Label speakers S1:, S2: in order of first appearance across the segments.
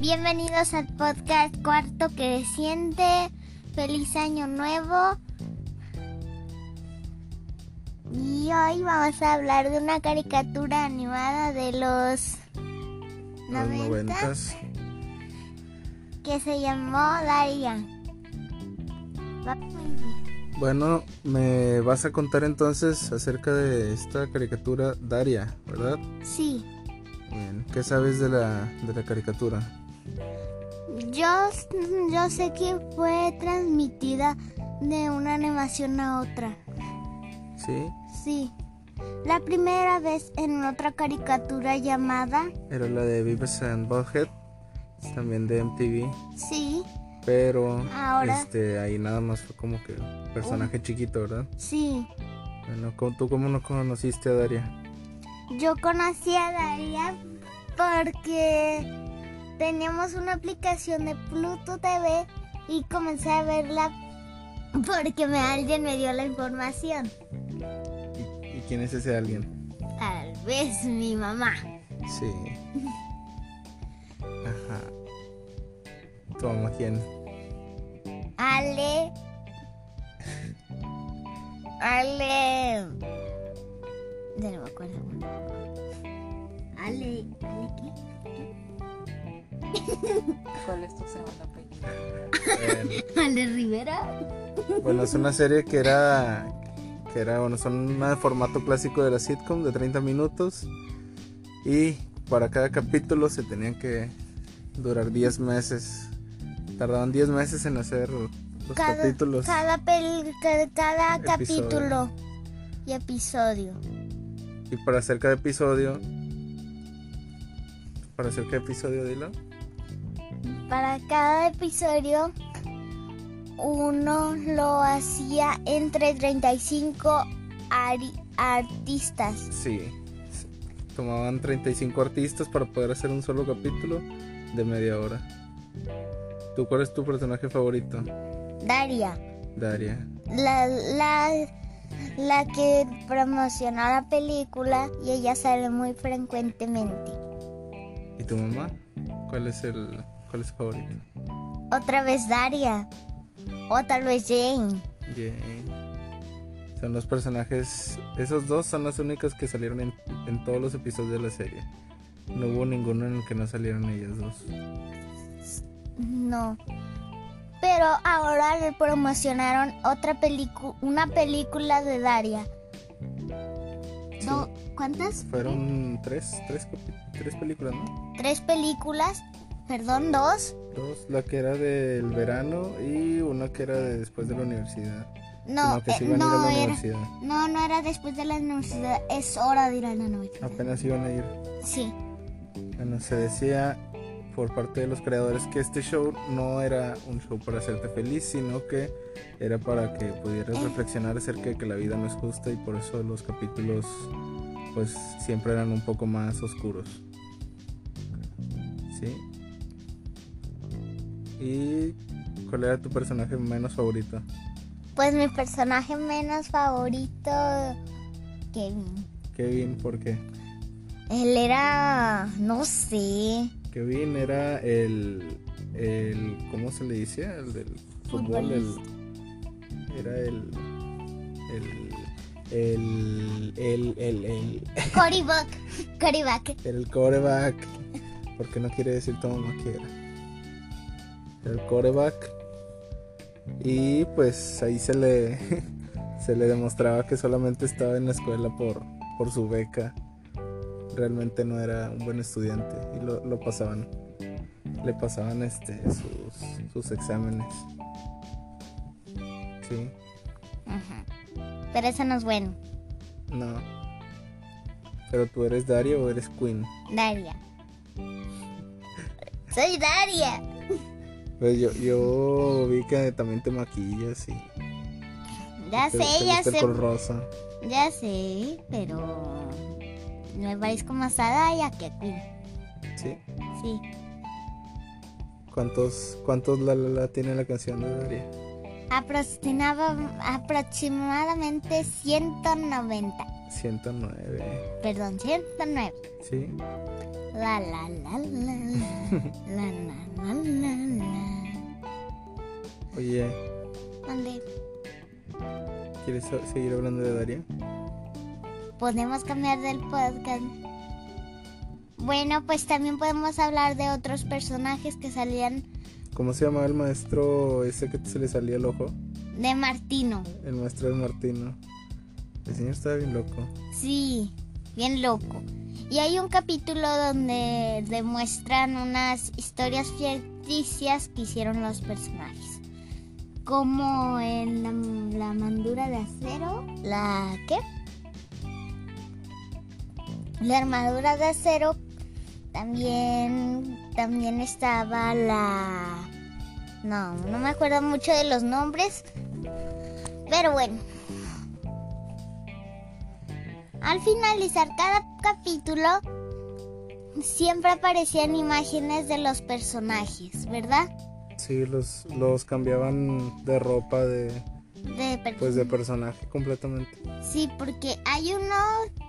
S1: Bienvenidos al podcast Cuarto Creciente. Feliz año nuevo. Y hoy vamos a hablar de una caricatura animada de los
S2: Los
S1: 90
S2: noventas.
S1: que se llamó Daddy
S2: Bueno, me vas a contar entonces acerca de esta caricatura Daria, ¿verdad?
S1: Sí,
S2: Bien. ¿Qué sabes de la, de la caricatura?
S1: yo, yo sé que fue transmitida de una animación a otra.
S2: Sí,
S1: Sí. La primera vez en otra caricatura llamada
S2: era la de Beavis and Butthead, también de MTV,
S1: Sí,
S2: pero
S1: Ahora-
S2: este ahí nada más fue como que un personaje chiquito, ¿verdad?
S1: sí.
S2: Bueno, ¿cómo- ¿tú cómo no conociste a Daria?
S1: Yo conocí a Daria porque teníamos una aplicación de Pluto TV y comencé a verla porque me, alguien me dio la información.
S2: ¿Y, y quién es ese alguien?
S1: Tal vez mi mamá.
S2: Sí. Ajá. ¿Tu mamá quién?
S1: Ale. Ale. Ya no me acuerdo. Ale. ¿Ale qué?
S3: ¿Cuál es tu segunda película?
S2: Bueno.
S1: Ale Rivera.
S2: Bueno, es una serie que era. que era, bueno, son un formato clásico de la sitcom de 30 minutos. Y para cada capítulo se tenían que durar 10 meses. Tardaban 10 meses en hacer los capítulos.
S1: cada, pel- ca- cada
S2: Episodio.
S1: capítulo y episodio.
S2: Y para hacer cada episodio. Para hacer cada episodio, dilo.
S1: Para cada episodio uno lo hacía entre 35 ari- artistas.
S2: Sí. sí. Tomaban 35 artistas para poder hacer un solo capítulo de media hora. ¿Tú cuál es tu personaje favorito?
S1: Daria,
S2: Daria.
S1: la, la, la que promocionó la película y ella sale muy frecuentemente.
S2: ¿Y tu mamá? ¿Cuál es el cuál es su favorito?
S1: Otra vez Daria. O tal vez Jane.
S2: Jane. Son los personajes, esos dos son los únicos que salieron en, en todos los episodios de la serie. No hubo ninguno en el que no salieron ellas dos.
S1: No. Pero ahora le promocionaron otra película, una película de Daria. Do- ¿Cuántas?
S2: Fueron tres, tres, capi- tres películas, ¿no?
S1: Tres películas, perdón, dos.
S2: Dos, la que era del verano y una que era de después de la universidad.
S1: No,
S2: Como que se
S1: eh,
S2: iban a ir a
S1: no
S2: la
S1: era,
S2: universidad.
S1: no, no era después de la universidad. Es hora de ir a la universidad.
S2: Apenas iban a ir.
S1: Sí,
S2: Bueno, se decía por parte de los creadores que este show no era un show para hacerte feliz, sino que era para que pudieras reflexionar acerca de que la vida no es justa y por eso los capítulos pues siempre eran un poco más oscuros. ¿Sí? ¿Y cuál era tu personaje menos favorito?
S1: pues mi personaje menos favorito, Kevin.
S2: Kevin, ¿por qué?
S1: Él era, no sé,
S2: Kevin era el, el ¿cómo se le dice? El del fútbol, el, era el, el, el, el, el, el,
S1: Cory Buck, Cory Buck.
S2: era el coreback, porque no quiere decir todo lo que era, Era el coreback, y pues ahí se le, se le demostraba que solamente estaba en la escuela por, por su beca, realmente no era un buen estudiante, y lo, lo pasaban, le pasaban este, sus, sus exámenes, sí,
S1: Ajá. Pero eso no es bueno.
S2: no, pero tú eres Dario o eres Queen?
S1: Daria. Soy Daria.
S2: Pues yo, yo vi que también te maquillas y
S1: Ya
S2: te,
S1: sé,
S2: te
S1: ya
S2: gusta el
S1: sé.
S2: color rosa.
S1: Ya sé, pero. Me parezco más a Daria que a Queen.
S2: ¿Sí?
S1: Sí.
S2: ¿Cuántos, cuántos la la la tiene la canción de Daria?
S1: Aproximaba, aproximadamente 190.
S2: 109.
S1: Perdón, 109.
S2: ¿Sí?
S1: La la la la la la la la la la.
S2: Oye,
S1: Mande,
S2: ¿quieres so- seguir hablando de Daria?
S1: podemos cambiar del podcast. Bueno, pues también podemos hablar de otros personajes que salían
S2: ¿Cómo se llamaba el maestro ese que se le salía el ojo?
S1: de Martino.
S2: El maestro del Martino. El señor estaba bien loco.
S1: Sí, bien loco. Y hay un capítulo donde demuestran unas historias ficticias que hicieron los personajes. Como en la, la mandura de acero, la ¿qué? La armadura de acero. También también estaba la No, no me acuerdo mucho de los nombres. Pero bueno, al finalizar cada capítulo, siempre aparecían imágenes de los personajes, ¿verdad?
S2: Sí, los, los cambiaban de ropa, de
S1: De per-
S2: pues de personaje completamente.
S1: Sí, porque hay uno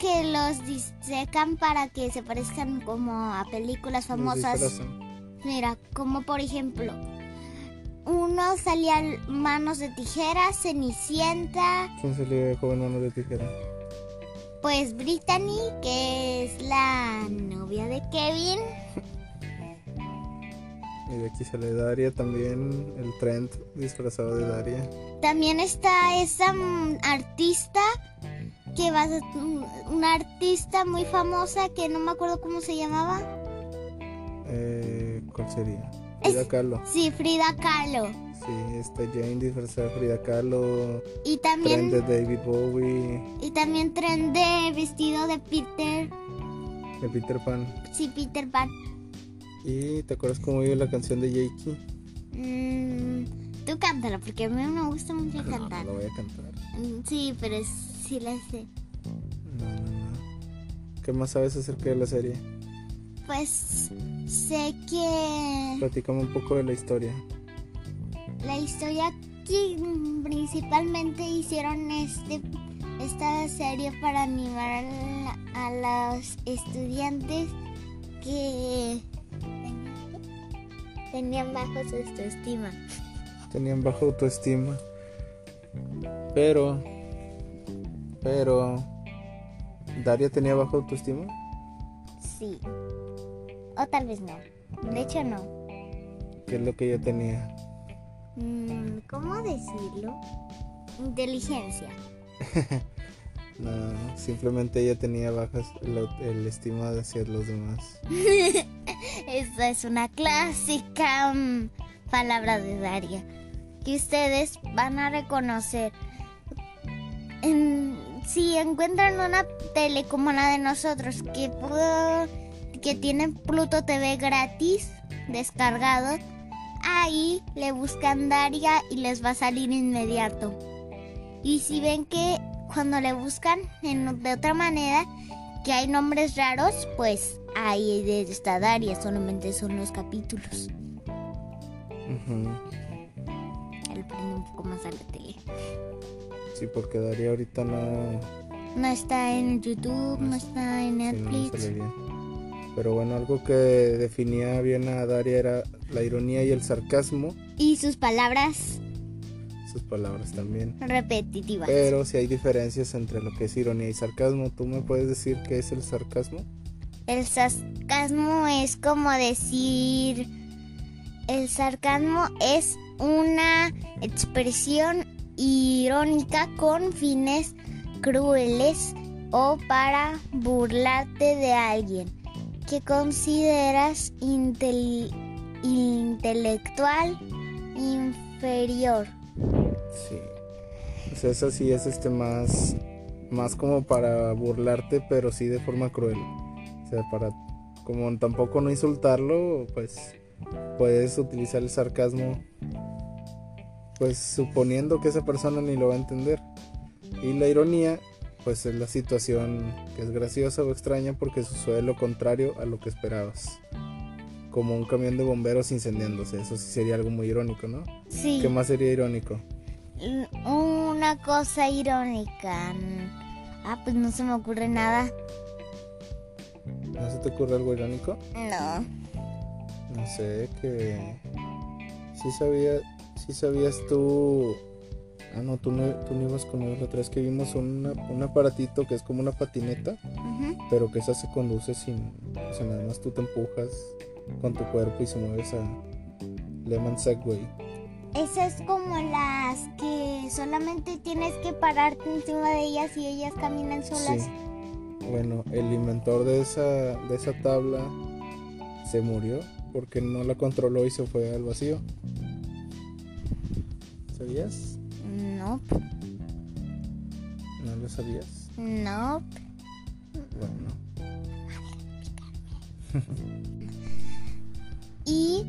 S1: que los disecan para que se parezcan como a películas
S2: Los
S1: famosas.
S2: disfrazan.
S1: Mira, como por ejemplo, uno salía manos de tijera, Cenicienta,
S2: ¿Quién salió de joven mano de tijera?
S1: Pues Brittany, que es la novia de Kevin,
S2: Y de aquí sale Daria también, el Trent disfrazado de Daria.
S1: También está esa mm, artista que va a ser un- una artista muy famosa que no me acuerdo cómo se llamaba.
S2: Eh, ¿Cuál sería? Frida Kahlo.
S1: Sí, Frida Kahlo.
S2: Sí, está Jane disfrazada de Frida Kahlo,
S1: Y
S2: Trent de
S1: también
S2: David Bowie,
S1: y también tren de vestido de Peter,
S2: de Peter Pan.
S1: sí Peter Pan.
S2: ¿Y te acuerdas cómo iba la canción de Jakey?
S1: Mm, tú cántalo porque a mí me gusta mucho
S2: No,
S1: cantar.
S2: lo voy a cantar.
S1: Mm, Sí, pero es- sí la sé.
S2: No, no, no. ¿Qué más sabes acerca de la serie?
S1: Pues sé que
S2: Platícame un poco de la historia.
S1: la historia que principalmente hicieron este esta serie para animar a, la- a los estudiantes que tenían bajo su autoestima.
S2: Tenían baja autoestima. Pero. Pero. ¿Daria tenía baja autoestima?
S1: Sí. O tal vez no. De hecho no.
S2: ¿Qué es lo que ella tenía?
S1: Mm, ¿Cómo decirlo? Inteligencia.
S2: No, simplemente ella tenía bajas el, el estima hacia los demás.
S1: Esa es una clásica mm, palabra de Daria que ustedes van a reconocer. En- si encuentran una tele como la de nosotros que, pu- que tiene Pluto TV gratis descargado, ahí le buscan Daria y les va a salir inmediato. Y si ven que cuando le buscan en- de otra manera, que hay nombres raros, pues ahí de esta Daria, solamente son los capítulos.
S2: Ujú.
S1: Él prende un poco más a la tele.
S2: Sí, porque Daria ahorita no,
S1: No está en YouTube,
S2: No
S1: no
S2: es-
S1: está en
S2: sí, no, no
S1: Netflix.
S2: sale bien. Pero bueno, algo que definía bien a Daria era la ironía y el sarcasmo.
S1: y sus palabras
S2: Sus palabras también.
S1: repetitivas.
S2: Pero si hay diferencias entre lo que es ironía y sarcasmo, ¿tú me puedes decir qué es el sarcasmo?
S1: El sarcasmo es como decir... El sarcasmo es una expresión irónica con fines crueles o para burlarte de alguien que consideras intel- intelectual inferior.
S2: Sí. O sea, esa sí es este más, más como para burlarte, pero sí de forma cruel. O sea, para como tampoco no insultarlo, pues puedes utilizar el sarcasmo, pues suponiendo que esa persona ni lo va a entender. Y la ironía, pues es la situación que es graciosa o extraña porque sucede lo contrario a lo que esperabas. Como un camión de bomberos incendiándose, eso sí sería algo muy irónico, ¿no?
S1: Sí.
S2: ¿Qué más sería irónico?
S1: Una cosa irónica. Ah, pues no se me ocurre nada.
S2: No ¿No se te ocurre algo irónico?
S1: No.
S2: No sé, que... Sí sabía, sí sabías tú... Ah, no, tú no, tú no ibas conmigo la otra vez que vimos una- un aparatito que es como una patineta,
S1: Ujú.
S2: pero que esa se conduce sin... O sea, nada más tú te empujas con tu cuerpo y se mueves a Lemon Segway.
S1: Esas es como las que solamente tienes que pararte encima de ellas y ellas caminan solas.
S2: Sí. Bueno, el inventor de esa, de esa tabla se murió porque no la controló y se fue al vacío. ¿Sabías?
S1: No,
S2: ¿No lo sabías?
S1: no.
S2: Bueno,
S1: Y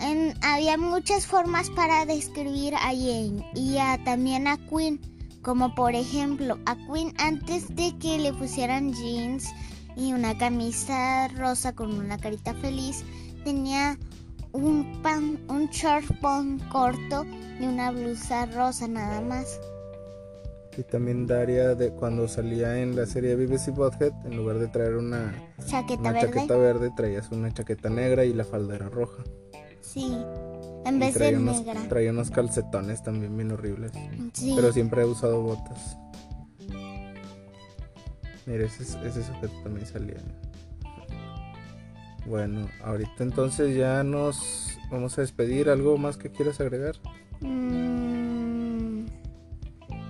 S1: en- había muchas formas para describir a Jane y a- también a Queen. Como por ejemplo, a Queen antes de que le pusieran jeans y una camisa rosa con una carita feliz, tenía un, pan, un short pan corto y una blusa rosa nada más.
S2: y también Daria de cuando salía en la serie BBC Bothead, en lugar de traer una,
S1: Chaqueta
S2: una
S1: verde.
S2: chaqueta verde, traías una chaqueta negra y la falda era roja.
S1: Sí. En
S2: Y
S1: vez de
S2: traía, unos,
S1: negra.
S2: traía unos calcetones también bien horribles.
S1: Sí.
S2: Pero siempre he usado botas. Mira, ese, ese sujeto también salía. Bueno, ahorita entonces ya nos vamos a despedir. ¿Algo más que quieras agregar?
S1: Mm,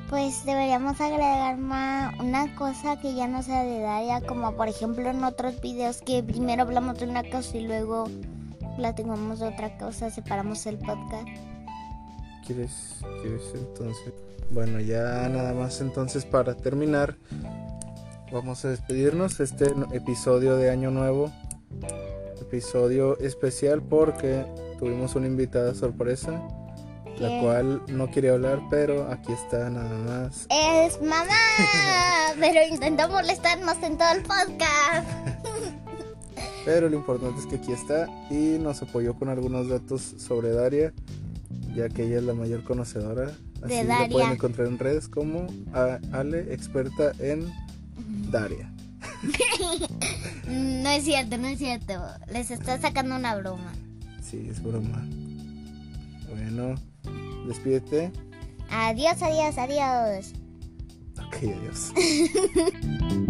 S1: Pues deberíamos agregar más una cosa que ya no sea de Daria, como por ejemplo en otros videos que primero hablamos de una cosa y luego platicamos de otra cosa, separamos el podcast.
S2: ¿Quieres, quieres entonces? Bueno, ya nada más entonces para terminar. Vamos a despedirnos de este no- episodio de Año Nuevo. Episodio especial porque tuvimos una invitada sorpresa. La
S1: ¿Qué?
S2: cual no quería hablar, pero aquí está nada más.
S1: Es mamá, pero intentó molestarnos en todo el podcast.
S2: Pero lo importante es que aquí está y nos apoyó con algunos datos sobre Daria, ya que ella es la mayor conocedora. Así
S1: De
S2: la
S1: Daria.
S2: pueden encontrar en redes como a- Ale, experta en Daria.
S1: Mm, No es cierto, no es cierto. Les está sacando una broma.
S2: Sí, es broma. Bueno, despídete.
S1: Adiós, adiós, adiós.
S2: Ok, adiós.